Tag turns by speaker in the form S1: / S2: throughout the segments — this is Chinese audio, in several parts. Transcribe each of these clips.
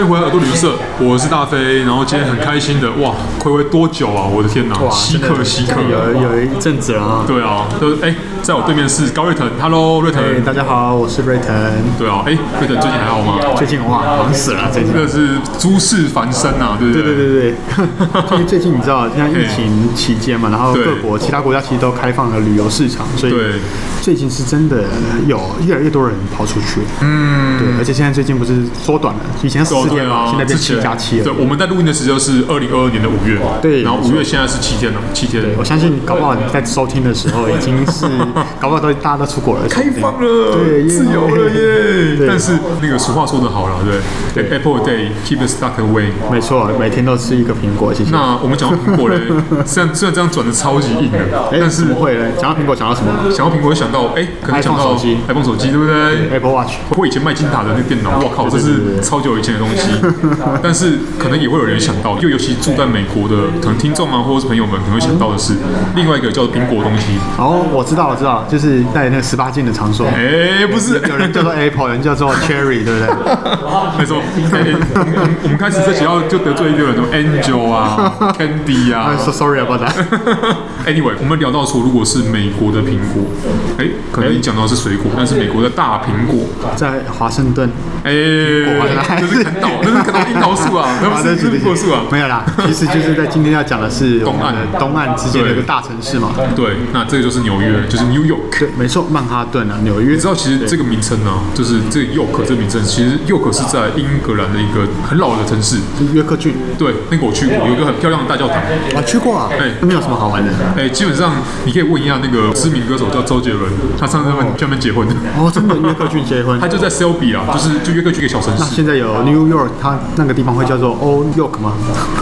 S1: 迎回来耳朵旅行社，我是大飞，然后今天很开心的，哇，暌违多久啊？我的天哪，稀
S2: 真
S1: 客
S2: 的
S1: 稀客，
S2: 有有一阵子了啊。
S1: 对啊，就是哎、在我对面是高瑞腾，Hello 瑞腾，
S2: 对，哎大家好，我是瑞腾。
S1: 对啊，哎、瑞腾最近还好吗？
S2: 最近哇，忙死了，啊最近
S1: 这。个是诸事繁身啊，对不
S2: 对
S1: 对？
S2: 对对对， 最近最近你知道，像疫情期间嘛，然后
S1: 对
S2: 各国其他国家其实都开放了旅游市场，所以
S1: 对
S2: 最近是真的有越来越多人跑出去。嗯，对，而且现在最近不是缩短了，以前
S1: 对啊
S2: 四天嘛，现在变七加七
S1: 对，
S2: 了。
S1: 我们在录音的时间是二零二二年的五月，
S2: 对
S1: 然后五月现在是七天了，七天，
S2: 对我相信搞不好你在收听的时候已经是，搞不好都大家都出国了，
S1: 开放了，
S2: 对耶
S1: 自由了耶！
S2: 对
S1: 但是那个俗话说得好了，对，Apple a day keep the stuck away。
S2: 没错，每天都吃一个苹果，谢谢。
S1: 那我们讲到苹 果嘞，虽然虽然这样转的超级硬的，
S2: 哎，
S1: 但是
S2: 怎么会呢？讲到苹果，讲到什么
S1: 想到苹果，想到哎，可能想到
S2: iPhone 手机
S1: iPhone 手机，对不对？
S2: ？Apple Watch。
S1: 我以前卖金塔的那个电脑，我靠，这是超久以前的东 西。但是可能也会有人想到，又尤其住在美国的可能听众啊，或者是朋友们可能会想到的是另外一个叫苹果的东西。
S2: 哦，我知道，我知道，就是在那个十八禁的场所，
S1: 哎，不是，
S2: 有人叫做 Apple，有人叫做 Cherry，对不对？
S1: 没错，哎哎我们我们我们开始这集要就得罪一堆人，什么 Angel 啊、Candy 啊
S2: 啊。，so sorry about that。
S1: Anyway，我们聊到说，如果是美国的苹果，哎，可能你讲到的是水果，但是美国的大苹果，
S2: 在华盛顿，
S1: 哎，
S2: 果好像
S1: 那是啃岛，那是啃岛樱桃 树啊，那不是那
S2: 对不起
S1: 是苹果树啊。
S2: 没有啦，其实就是在今天要讲的是我
S1: 东岸
S2: 们的东岸之间的一个大城市嘛。
S1: 对，那这个就是纽约，就是 New York。
S2: 对，没错，曼哈顿啊，纽约
S1: 你知。道，其实这个名称呢、就是这个 York 这个名称，其实 York 是在英格兰的一个很老的城市。
S2: 约克郡，
S1: 对，那个我去过，有一个很漂亮的大教堂。
S2: 我去过啊，那没有什么好玩的。
S1: 哎，基本上你可以问一下那个知名歌手叫周杰伦，他上次他们专门结婚的，
S2: 哦，真的约克郡结婚
S1: 他。就在 Selby 啊，就是就约克区一个小城
S2: 那
S1: 市。
S2: 现在有 New York，它那个地方会叫做 Old York 吗？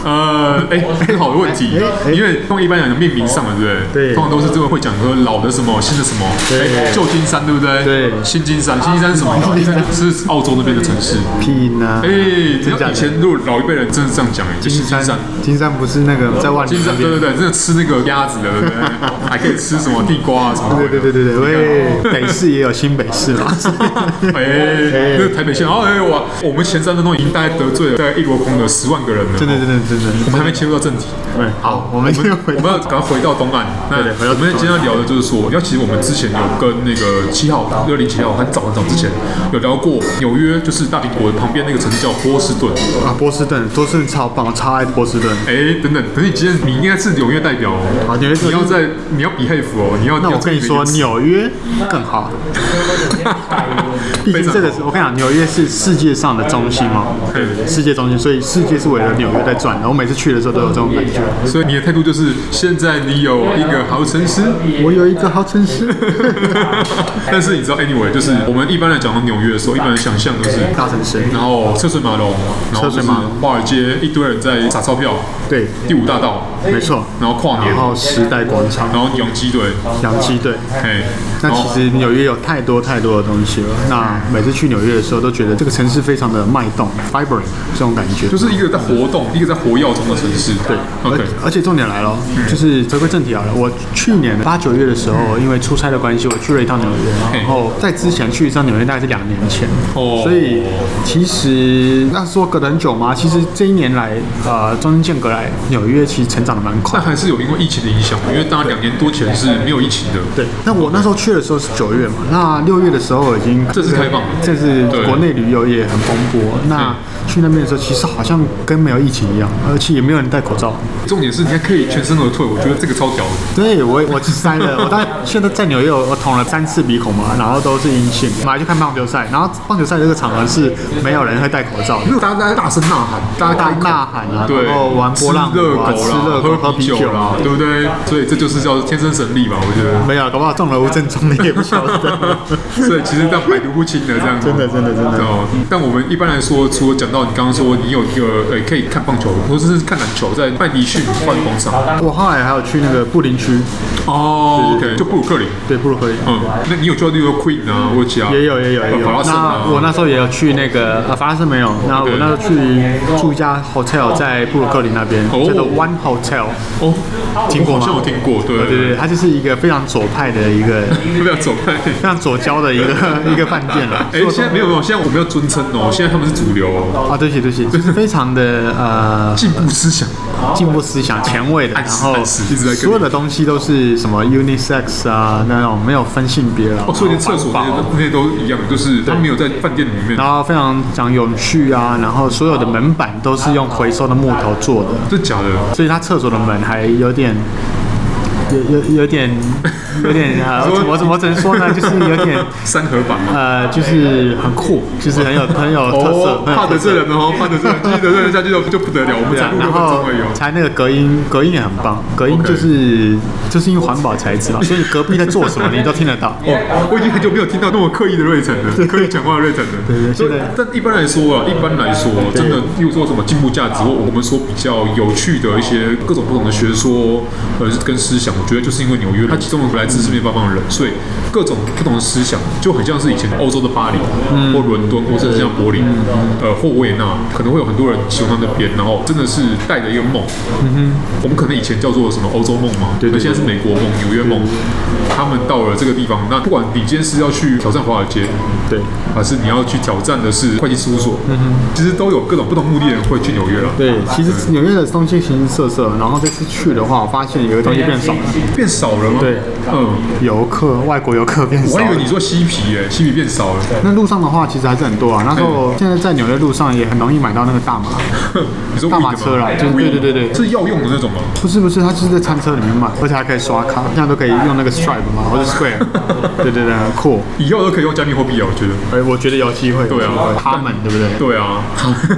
S1: 呃，哎、很好的问题，因为通常一般讲的命名上了，对不对？
S2: 对
S1: 通常都是这个会讲说老的什么，新的什么，哎，旧金山对不对？
S2: 对
S1: 新金山，新金山是什么？ 新金山是澳洲那边的城 市。
S2: 屁呢
S1: 哎、？你知
S2: 真
S1: 道
S2: 假的
S1: 以前如果老一辈人真的这样讲，哎，就新金山。
S2: 金山不是那个在万里
S1: 金
S2: 那
S1: 山，
S2: 边
S1: 对。对对，真的吃那个鸭子的，对不对？ 还可以吃什么地瓜啊什么的。
S2: 对对对对对，喂，北市哦也有新北市 嘛，
S1: 哎、那个台北县，然后哎哇，我们前三分钟已经大概得罪了大概一箩筐的十万个人了。
S2: 真的真的真的。
S1: 我们还没切入到正题。
S2: 对，好，我们先回
S1: 我们要赶快回到东岸。那
S2: 对对回到
S1: 我们今天要聊的就是说，要其实我们之前有跟那个七号二零七号很早很早之前有聊过纽约，就是大苹果旁边那个城市叫波士顿。
S2: 啊，波士顿，波士顿超棒，我超爱波士顿。
S1: 哎，等等，可是你今天你应该是纽约代表哦。
S2: 好纽约代表
S1: 你要在你要比黑服哦，你要。
S2: 那
S1: 要
S2: 我跟你说，
S1: 这个意思
S2: 纽约更 好。毕竟这个是我跟你讲，纽约是世界上的中心嘛，
S1: 对
S2: 世界中心，所以世界是围着纽约在转的。我每次去的时候都有这种感觉。
S1: 所以你的态度就是，现在你有一个好城市，
S2: 我有一个好城 市，
S1: 但是你知道，anyway，就是我们一般来讲到纽约的时候，一般人想象就是
S2: 大城市。
S1: 然后车水马龙，然后就
S2: 车水
S1: 是
S2: 马龙
S1: 华尔街一堆人在撒钞票，
S2: 对，
S1: 第五大道，
S2: 没错。
S1: 然后跨年
S2: 然，后时代广场、
S1: 然后洋基队，
S2: 洋基队。
S1: 哎，
S2: 那
S1: 然
S2: 其
S1: 后
S2: 实纽约有太多太多的东西了。那每次去纽约的时候，都觉得这个城市非常的脉动 （vibrant） 这种感觉。
S1: 就是一个在活动，一个在活跃中的城市，对
S2: 而
S1: ，OK，
S2: 而且重点来了，哦就是回归正题好了。我去年八九月的时候，因为出差的关系，我去了一趟纽约。然后在之前去一趟纽约，大概是两年前。
S1: 哦
S2: 所以其实那说隔得很久吗？其实这一年来，呃，中间间隔来，纽约其实成长的蛮快
S1: 但。还是有因为疫情的影响，因为大家两年多前是没有疫情的，
S2: 对，那我那时候去的时候是九月嘛，那六月的时候已经
S1: 正式开放了嗯
S2: 这是国内旅游也很蓬勃。那去那边的时候，其实好像跟没有疫情一样，而且也没有人戴口罩。
S1: 重点是你还可以全身而退，我觉得这个超屌的。
S2: 对我，我塞了，我 大概现在在纽约，我捅了三次鼻孔嘛，然后都是阴性。马上去看棒球赛，然后棒球赛这个场合是没有人会戴口罩的。
S1: 因为大家在大声呐喊，大
S2: 大
S1: 家开口
S2: 呐喊啊，
S1: 对，
S2: 然后玩波浪
S1: 吃热
S2: 舞
S1: 狗
S2: 啊，吃热
S1: 啦，
S2: 狗、
S1: 喝
S2: 喝
S1: 啤
S2: 啤
S1: 酒
S2: 酒
S1: 啦
S2: 啊，，
S1: 对不对？所以这就是叫天生神力吧，我觉得。
S2: 没有，搞不好中了无症状的也 不晓得。
S1: 所以其实但百毒不侵的这样，
S2: 真的真的真的
S1: 哦，但我们一般来说，除了讲到你刚刚说你有一个呃可以看棒球，或者是看篮球，在麦迪逊换广场
S2: 我后来还有去那个布林区，
S1: 哦，OK，就布鲁克林。
S2: 对，布鲁克林。
S1: 嗯，那你有去到例如 Queen 啊，或者其他
S2: 也有也有也
S1: 呃
S2: 有
S1: 法拉。盛啊
S2: 那我那时候也有去那个呃法拉盛没有，那我那时候去住一家 hotel 在布鲁克林那边，
S1: 哦
S2: 叫做 One Hotel，
S1: 哦，
S2: 听过
S1: 我
S2: 吗
S1: 好像有听过，对
S2: 对对对，它就是一个非常左派的 一个。
S1: 对，不要走开。
S2: 非常左交的一个 一个饭店了。
S1: 哎哎，现在没有没有，现在我们要尊称哦，现在他们是主流哦，
S2: 啊，对不起对不起，就是非常的呃
S1: 进步思想，
S2: 进步思想、前卫的，然
S1: 暗示
S2: 后
S1: 暗示一直在跟你
S2: 所有的东西都是什么 unisex 啊那种没有分性别啊
S1: 哦，，所以连厕所那些都那些都一样，就是他没有在饭店里面
S2: 然，后非常讲永续啊，然后所有的门板都是用回收的木头做的，
S1: 这假的。
S2: 所以他厕所的门还有点。有有有点有点 啊，我我怎么只能说呢？就是有点
S1: 三合版吗？
S2: 呃，就是很酷，就 是很有很有特
S1: 哦，，
S2: 色很有
S1: 怕得
S2: 特
S1: 罪
S2: 色。
S1: 人 哦，怕得罪人，继续得罪人下去就就不得了，我们
S2: 对
S1: 才
S2: 啊
S1: 录六
S2: 然
S1: 分
S2: 后
S1: 钟而已哦。
S2: 才那个隔音，隔音也很棒，隔音
S1: OK
S2: 就是就是因为环保材 质嘛，所以隔壁在做什么你都听得到。
S1: 哦，我已经很久没有听到那么刻意的瑞晨了，刻意讲话的瑞晨了。
S2: 对
S1: 所以
S2: 现在
S1: 但一般来说啊，一般来说啊，真的，例如说什么进步价值，或我们说比较有趣的一些各种不同的学说，呃，跟思想，我觉得就是因为纽约它集中了来自四面八方的人，所以各种不同的思想就很像是以前欧洲的巴黎，
S2: 嗯
S1: 或伦敦，或甚至像柏林，呃，或维也纳，可能会有很多人喜欢那边，然后真的是带着一个梦。我们可能以前叫做什么欧洲梦嘛，对
S2: 对
S1: 现在是美国梦、纽约梦。他们到了这个地方，那不管你今天是要去挑战华尔街，
S2: 对嗯
S1: 还是你要去挑战的是会计事务所，其实都有各种不同目的的人会去纽约了。
S2: 对，其实纽约的东西形形色色，然后这次去的话，我发现有个东西变少了，
S1: 变少了吗？
S2: 对
S1: 嗯，
S2: 游客，外国游客变
S1: 我
S2: 少
S1: 还以为
S2: 了
S1: 你。说嬉皮耶，嬉皮变少了。
S2: 那路上的话，其实还是很多啊。然后现在在纽约路上也很容易买到那个大麻，
S1: 你说
S2: 大
S1: weed
S2: 马
S1: 吗
S2: 车啦就是对对对对
S1: weed 是药用的那种吗？
S2: 不是不是，它就是在餐车里面卖，而且还可以刷卡，现在都可以用那个 Stripe 嘛，或者 Square。对对对，很酷。
S1: 以后都可以用加密货币啊，我觉得。
S2: 哎，我觉得有机会，
S1: 对啊
S2: 有机会他们对不对？
S1: 对啊，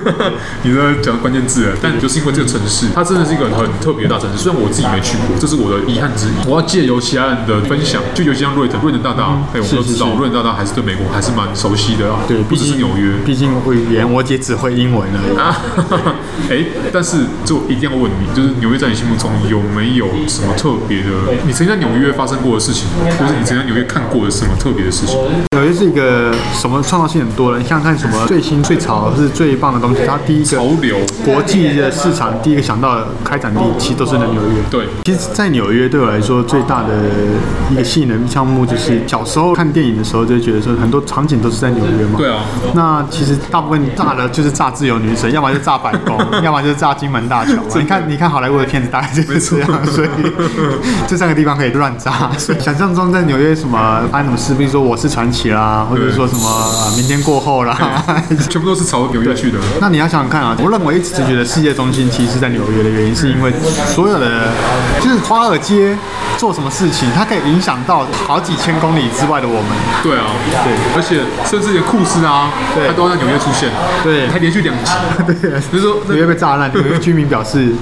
S1: 你在讲关键字了，但就是因为这个城市，它真的是一个很特别的大城市。虽然我自己没去过，这是我的遗憾之一。我要借由其他人的分享，就尤其像瑞腾、瑞腾大
S2: 嗯
S1: 大，哎、我们都知道，瑞腾大大还是对美国还是蛮熟悉的啊，
S2: 对，
S1: 不
S2: 毕
S1: 只是
S2: 竟
S1: 纽约。
S2: 毕竟我语言我也只会英文而已。
S1: 啊，哎、但是就一定要问你，就是纽约在你心目中有没有什么特别的？你曾经在纽约发生过的事情，或者你曾经在纽约看过的什么特别的事情？
S2: 纽约是一个什么创造性很多的，你想想看，什么最新最潮或是最棒的东西，它第一个
S1: 潮流，
S2: 国际的市场第一个想到的开展地，其实都是在纽约。
S1: 对，
S2: 其实，在纽约对我来说最大的一个吸引人的项目，就是小时候看电影的时候，就觉得说很多场景都是在纽约嘛。
S1: 对啊。
S2: 那其实大部分炸的就是炸自由女神，要么就炸白宫， 要么就是炸金门大桥嘛。你看，你看好莱坞的片子大概就是这样， 所以这三个地方可以乱炸。所以想象中在纽约什么安什么士兵说我是传奇啦，或者说什么、呃明天过后啦，
S1: 全部都是朝纽约去的。
S2: 那你要想想看啊，我认为一直觉得世界中心其实是在纽约的原因，是因为所有的就是华尔街做什么事情，它可以影响到好几千公里之外的我们。
S1: 对啊，对，而且甚至连库斯啊，
S2: 对
S1: 他都在纽约出现，
S2: 对
S1: 还连续两集，对，就是说
S2: 纽
S1: 那
S2: 约被炸烂，纽约居民表示，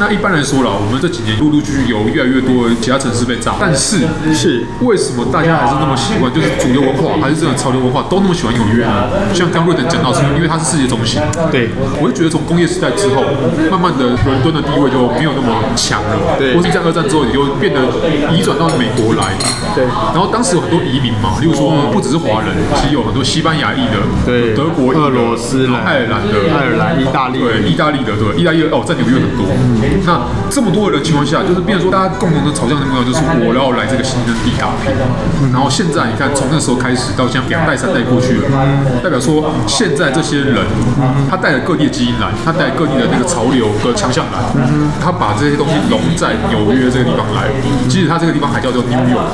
S1: 那一般来说啦，我们这几年陆陆续续有越来越多其他城市被炸，但是
S2: 是
S1: 为什么大家还是那么喜欢，就是主流文化还是这种潮流文化都那么喜欢纽约呢？像刚瑞等讲到，是因为它是世界中心，
S2: 对
S1: 我就觉得从工业时代之后，慢慢的伦敦的地位就没有那么强了。
S2: 对
S1: 或是在二战之后，你就变得移转到美国来。
S2: 对嗯
S1: 然后当时有很多移民嘛，例如说不只是华人，其实有很多西班牙裔的，
S2: 对
S1: 德国裔的、
S2: 俄罗斯人
S1: 然后爱尔兰的、
S2: 爱尔兰、意大利，
S1: 对，意大利的，对，意大利的哦，在纽约很多。那这么多人的情况下，就是变成说大家共同的朝向的目标，就是我要来这个新天地打拼。然后现在你看，从那时候开始到现在两代三代过去了，代表说现在这些人，他带着各地的基因来，他带着各地的那个潮流跟强项来，他把这些东西融在纽约这个地方来。其实他这个地方还叫做 New York，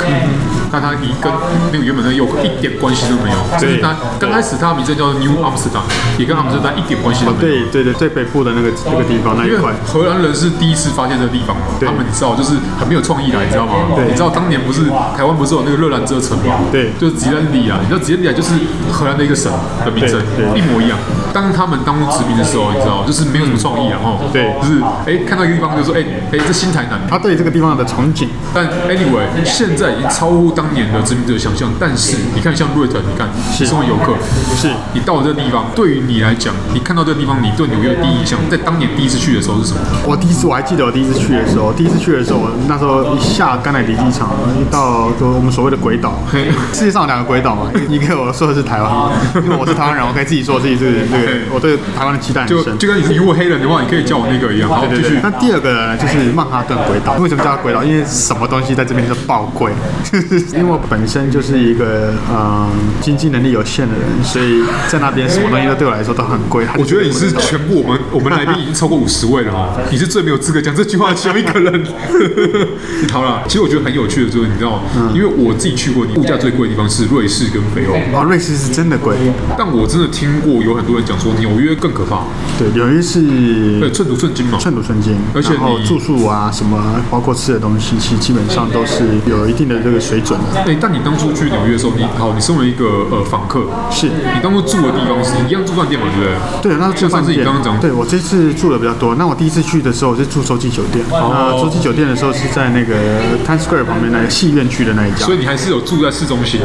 S1: 但他你跟那个原本的 York 一点关系都没有，甚至他刚开始他的名字叫做 New Amsterdam，也跟阿姆斯特丹一点关系都没有。
S2: 对对对，最北部的那个那个地方那
S1: 因
S2: 一
S1: 为
S2: 块，
S1: 荷兰人是第一次发现这个地方嘛，他们你知道就是很没有创意啦，你知道吗？你知道当年不是台湾不是有那个热兰遮城吗？
S2: 对
S1: 就是吉兰里啊，你知道吉兰里啊就是荷兰的一个省的名称，
S2: 对对
S1: 一模一样。当他们当初殖民的时候，你知道就是没有什么创意啊，哦，
S2: 对
S1: 就是哎看到一个地方就说哎哎这新台南，
S2: 他对这个地方的憧憬，
S1: 但 anyway，现在已经超乎当年的殖民者的想象。但是你看，像瑞腾，你看，你身为游客，
S2: 是
S1: 你到了这个地方，对于你来讲，你看到这个地方，你对纽约的第一印象，在当年第一次去的时候是什么？
S2: 我第一次我还记得我第一次去的时候，第一次去的时候，我那时候一下甘乃迪机场，一到我们所谓的鬼 岛，世界上有两个鬼岛嘛，一个我说的是台湾，因为我是台湾人，我可以自己说自己这个这个
S1: 对
S2: 我对台湾的期待很
S1: 就
S2: 深。
S1: 就跟你是如果黑人的话，你可以叫我那个一样，然后
S2: 对
S1: 继
S2: 对
S1: 续
S2: 对，那第二个呢，就是曼哈顿轨道。为什么叫它轨道？因为什么东西在这边就爆贵。 因为我本身就是一个嗯经济能力有限的人，所以在那边什么东西都对我来说都很贵。
S1: 我觉得你是全部我们我们来宾已经超过五十位了哦，你是最没有资格讲这句话的其中一个人。 好了，其实我觉得很有趣的就是你知道，
S2: 嗯
S1: 因为我自己去过，物价最贵的地方是瑞士跟北欧，
S2: 哦，瑞士是真的贵。
S1: 但我真的听过有很多人讲说纽约更可怕，
S2: 对，纽约
S1: 对，
S2: 是
S1: 寸土寸金嘛。
S2: 嗯寸土寸金，
S1: 而且你
S2: 然后住宿啊什么，包括吃的东西，其实基本上都是有一定的这个水准的。
S1: 哎，但你当初去纽约的时候，你好，你身为一个呃访客，
S2: 是
S1: 你当初住的地方是一样住饭店嘛，对不对？
S2: 对，那
S1: 就
S2: 住
S1: 上
S2: 饭
S1: 次你
S2: 店
S1: 刚刚讲。
S2: 对我这次住的比较多。那我第一次去的时候，我是住洲际酒店。
S1: 哦
S2: 那洲际酒店的时候是在那个 Times Square 旁边那个戏院区的那一家
S1: 所。以你还是有住在市中心，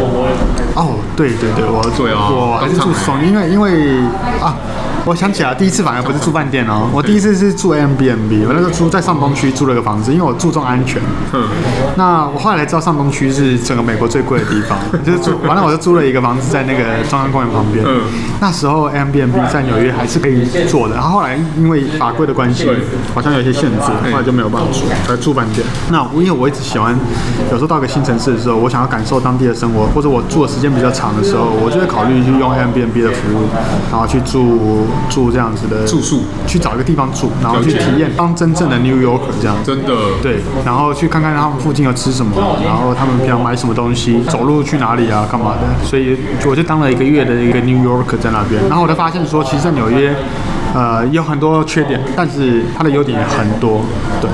S2: 哦，对对对，我
S1: 对啊
S2: 我还是住爽，因为因为啊。我想起来，第一次反而不是住饭店哦，我第一次是住 M B M B，我那时候住在上东区租了个房子，因为我注重安全。
S1: 嗯，
S2: 那我后来才知道上东区是整个美国最贵的地方， 就是住完了我就租了一个房子在那个中央公园旁边。
S1: 嗯
S2: 那时候 m b n b 在纽约还是可以做的，然后后来因为法规的关系
S1: 对，
S2: 好像有一些限制，后来就没有办法住，才住饭店。那我因为我一直喜欢，有时候到个新城市的时候，我想要感受当地的生活，或者我住的时间比较长的时候，我就会考虑去用 m b n b 的服务，然后去住住这样子的
S1: 住宿
S2: 去找一个地方住，然后去
S1: 了解
S2: 体验当真正的 New Yorker 这样子。
S1: 真的，
S2: 对，然后去看看他们附近有吃什么，然后他们平常买什么东西，
S1: 嗯
S2: 走路去哪里啊，干嘛的。所以我就当了一个月的一个 New York 在那边，然后我就发现说，其实，在纽约，呃，有很多缺点，但是它的优点也很多。对，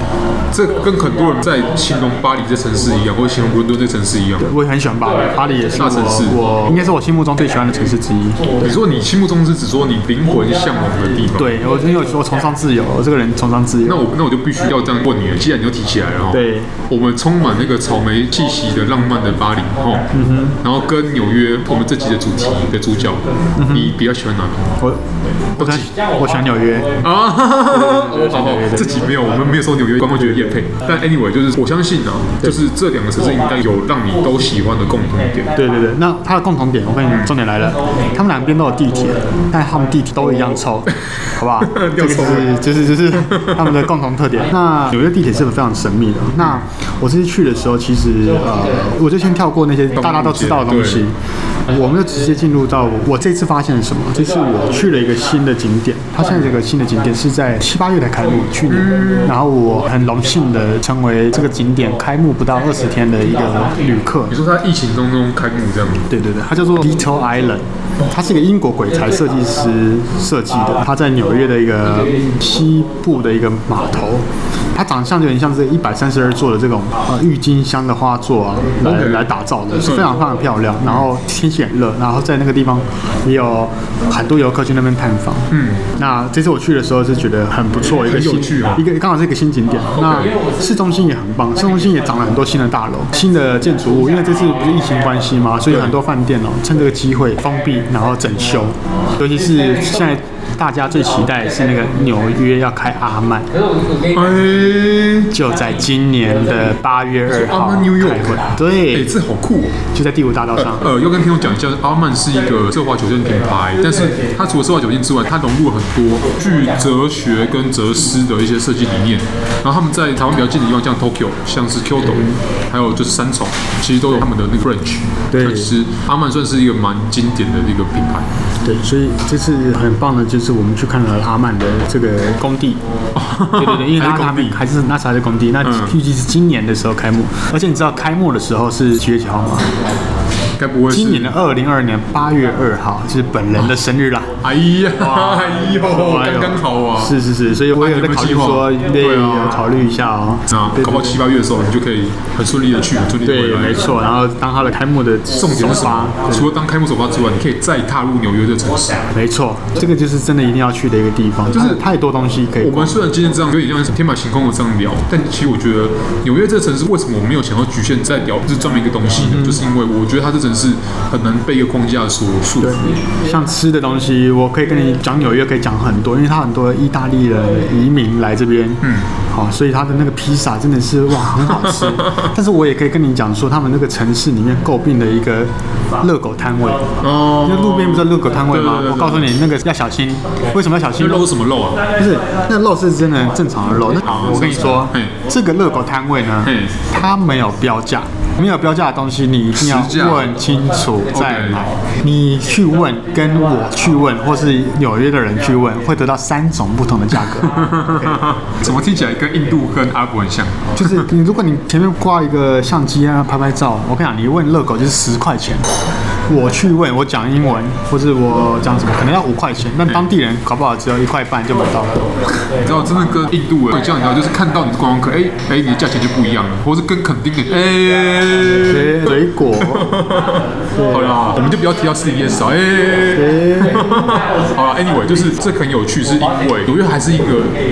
S1: 这跟很多人在形容巴黎这城市一样，或者形容伦敦这城市一样。
S2: 我也很喜欢巴黎，巴黎也是
S1: 大城市
S2: 我我应该是我心目中最喜欢的城市之一。
S1: 你说你心目中是只说你灵魂向往的地方，。
S2: 对，我因为我崇尚自由，我这个人崇尚自
S1: 那
S2: 由。
S1: 我那我就必须要这样问你了，既然你都提起来了哈，
S2: 对，
S1: 我们充满那个草莓气息的浪漫的巴黎哈，
S2: 嗯
S1: 然后跟纽约我们这集的主题的主角，
S2: 嗯
S1: 你比较喜欢哪个？
S2: 我我喜欢我喜欢纽约，
S1: 啊， 哦好好，这集没有，我们没有收纽约观光局的业配，但 anyway 就是我相信啊，就是这两个城市应该有让你都喜欢的共同点，
S2: 对对对，那它的共同点，我跟你重点来了，他们两边都有地铁，但他们地铁都一样臭，好不好？这
S1: 又
S2: 个
S1: 臭
S2: 是就是就是他们的共同特点。那纽约地铁是非常神秘的。那我这次去的时候，其实呃，我就先跳过那些大家都知道的东西，我们就直接进入到我我这次发现了什么，就是我去了一个新的景点，它现在这个新的景点是在七八月才开幕，去年。然后我很荣幸的成为这个景点开幕不到二十天的一个旅客。
S1: 你说它疫情当中开幕这样，
S2: 对对对，它叫做 Little Island，它是一个英国鬼才设计师设计的，它在纽约的一个西部的一个码头。它长相就有点像这一百三十二座的这种呃郁金香的花座啊，来
S1: OK
S2: 来打造的，是非常非常漂亮。然后天气很热，然后在那个地方也有很多游客去那边探访。
S1: 嗯，
S2: 那这次我去的时候是觉得很不错，一个
S1: 很有
S2: 新
S1: 趣啊哦
S2: 一个刚好是一个新景点。那市中心也很棒，市中心也长了很多新的大楼、新的建筑物，因为这次不是疫情关系嘛，所以很多饭店哦、
S1: 嗯
S2: 趁这个机会封闭，然后整修，尤其是现在。大家最期待的是那个纽约要开阿曼，
S1: 嗯哎。
S2: 就在今年的八月二号
S1: 阿曼 New York
S2: 开会
S1: 哎、
S2: 对，
S1: 这好酷哦！
S2: 就在第五大道上。
S1: 呃，要跟听众讲一下，阿曼是一个奢华酒店品牌，但是它除了奢华酒店之外，它融入了很多具哲学跟哲思的一些设计理念。然后他们在台湾比较近的地方，像 Tokyo，像是 Kyoto，还有就是三重，其实都有他们的那个 branch。
S2: 对
S1: 那其实阿曼算是一个蛮经典的一个品牌。
S2: 对，所以这次很棒的，就是我们去看了阿曼的这个工地。哦对对对，因为它
S1: 还是工
S2: 那边
S1: 地
S2: 还是那时候还是工嗯地，那预计是今年的时候开幕。而且你知道开幕的时候是几月几号吗？
S1: 该不会是
S2: 今年的二零二年八月二号，就是本人的生日啦。
S1: 哎呀，哎呦，
S2: 哎呦
S1: 刚刚好啊！
S2: 是是是，所以我也在考虑说，
S1: 那你有没有计划
S2: 对
S1: 对啊，
S2: 考虑一下哦。
S1: 那搞不好七八月的时候，你就可以很顺利的去，很顺利的回
S2: 对，
S1: 来。
S2: 没错。然后当它的开幕的
S1: 重点是什么？
S2: 对
S1: 除了当开幕首发之外，你可以再踏入纽约这城市。
S2: 没错，这个就是真的一定要去的一个地方，
S1: 就是
S2: 它太多东西可以
S1: 我
S2: 逛。
S1: 们虽然今天这样有点像天马行空的这样聊，但
S2: 嗯
S1: 其实我觉得纽约这城市为什么我没有想要局限在聊，就是专门一个东西呢？就是因为我觉得它这城真是很难被一个框架所束缚。
S2: 像吃的东西，我可以跟你讲纽约，可以讲很多，因为它很多意大利人移民来这边，嗯，好、所以它的那个披萨真的是哇很好吃。 但是我也可以跟你讲说，他们那个城市里面诟病的一个热狗摊位，
S1: 哦
S2: 就路边不是热狗摊位吗？
S1: 对对对对
S2: 我告诉你，那个要小心。为什么要小心？
S1: 这肉是什么肉啊？
S2: 不是，那肉是真的正常的肉。那
S1: 好
S2: 我跟你说
S1: 嘿，
S2: 这个热狗摊位呢
S1: 嘿，
S2: 它没有标价，没有标价的东西你一定要
S1: 实价
S2: 问清楚再
S1: OK
S2: 买。你去问，跟我去问，或是纽约的人去问，会得到三种不同的价 格。
S1: 怎么听起来跟印度跟阿布很像？
S2: 就是你，如果你前面挂一个相机啊，拍拍照，我跟你讲，你问热狗就是十块钱。我去问，我讲英文，或是我讲什么，可能要五块钱，但当地人搞不好只有一块半就买到了。
S1: 你知道，真的跟印度人会这样，你知道，就是看到你的观光客，哎、哎，你的价钱就不一样了，或是跟肯定的，哎、
S2: 诶水果，
S1: 好啦，我们就不要提到 CES 啊，哎、好了，anyway，就是这很有趣，是因为纽约还是一个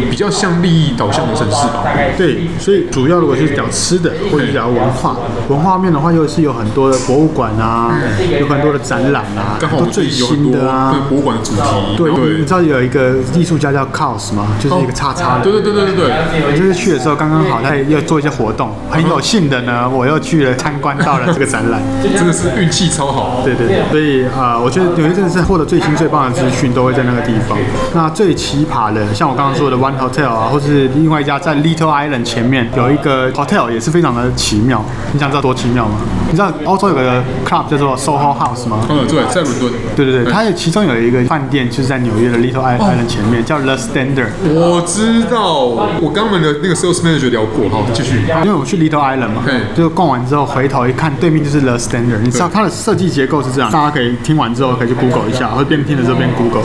S1: 比较像利益导向的城市吧。
S2: 对，所以主要如果是讲吃的或者是讲文化，文化面的话，又是有很多的博物馆啊，有很多的展览啊，
S1: 刚好我
S2: 很多
S1: 们最
S2: 最
S1: 近有很
S2: 新
S1: 多
S2: 的啊
S1: 对。博物馆的主题，
S2: 对，你知道有一个艺术家叫 Cos 吗？就是一个叉叉的。
S1: 对对对对对哦对，
S2: 我就是去的时候刚刚好在要做一些活动，很有幸的呢，我又去了参观到了这个展览。
S1: 真的是运气超好。
S2: 对对对，所以啊、呃我觉得纽约真的是获得最新最棒的资讯都会在那个地方。那最奇葩的，像我刚刚说的 One Hotel 啊，或是另外一家在 Little Island 前面有一个 hotel 也是非常的奇妙。你想知道多奇妙吗？你知道欧洲有个 club 叫做 Soho House 吗？
S1: 嗯，对，在伦敦，
S2: 对对对，它有其中有一个饭店就是在纽约的 Little Island 前面，叫 The Standard。
S1: 我知道，我刚们的那个 sales manager 聊过，好，继续。
S2: 因为我去 Little Island 嘛
S1: 对，
S2: 就逛完之后回头一看，对面就是 The Standard。你知道它的设计结构是这样，大家可以听完之后可以去 Google 一下，或者边听的时候边 Google。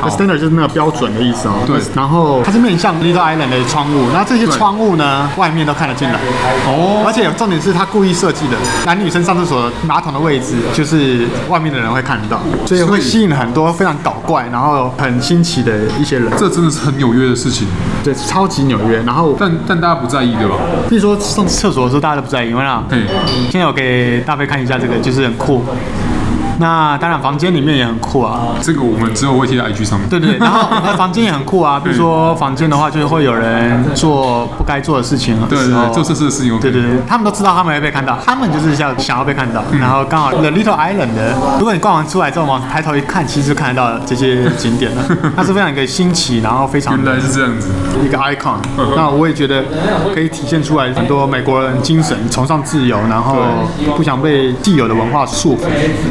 S2: The Standard 就是那个标准的意思哦。
S1: 哦对
S2: 然后它是面向 Little Island 的窗户，那这些窗户呢，外面都看得进来。哦。而且重点是它故意设计的，男女生上厕所马桶的位置，就是外面的人会看到，所以会吸引很多非常搞怪，然后很新奇的一些人。
S1: 这真的是很纽约的事情，
S2: 对，超级纽约。然后
S1: 但但大家不在意对吧？
S2: 比如说上厕所的时候，大家都不在意，因为啊，
S1: 对
S2: 现在我给大飞看一下这个，就是很酷。那当然，房间里面也很酷啊，
S1: 这个我们之后会贴在 IG 上面。
S2: 对哦对对。然后那房间也很酷啊，比如说房间的话，就是会有人做不该做的事情啊，
S1: 对对
S2: 然
S1: 对，
S2: 后
S1: 做这次的事情 OK。
S2: 对对对，他们都知道他们会被看到，他们就是想想要被看到。然后刚好 The Little Island 的，如果你逛完出来之后往抬头一看，其实就看得到这些景点了。它是非常一个新奇，然后非常
S1: 原来是这样子。
S2: 一个 icon，那我也觉得可以体现出来很多美国人精神，崇尚自由，然后不想被既有的文化束缚。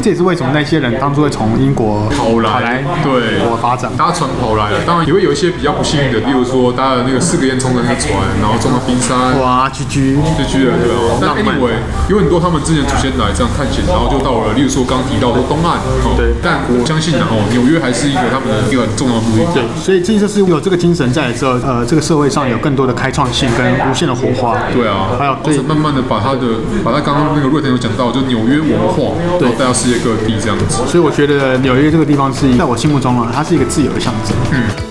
S2: 这也是为什么那些人当初会从英国
S1: 跑来，对，
S2: 我发展
S1: 搭船跑来了。当然也会有一些比较不幸运的，例如说搭了那个四个烟囱的那个船，然后撞到冰山，
S2: 哇居居，
S1: 就去了，对啊。但
S2: 浪漫
S1: anyway，有很多他们之前祖先来这样探险，然后就到了，例如说刚提到的东岸，哦，
S2: 对
S1: 但我相信啊，哦，纽约还是一个他们的一个很重要的目的地。
S2: 所以这就是有这个精神在之后，呃，这个社会上有更多的开创性跟无限的火花。
S1: 对啊，
S2: 还有
S1: 而
S2: 对
S1: 且慢慢的把他的，把他刚刚那个瑞腾有讲到，就纽约文化，然后带到世界各地这样子。
S2: 所以我觉得纽约这个地方是在我心目中啊，它是一个自由的象征。嗯。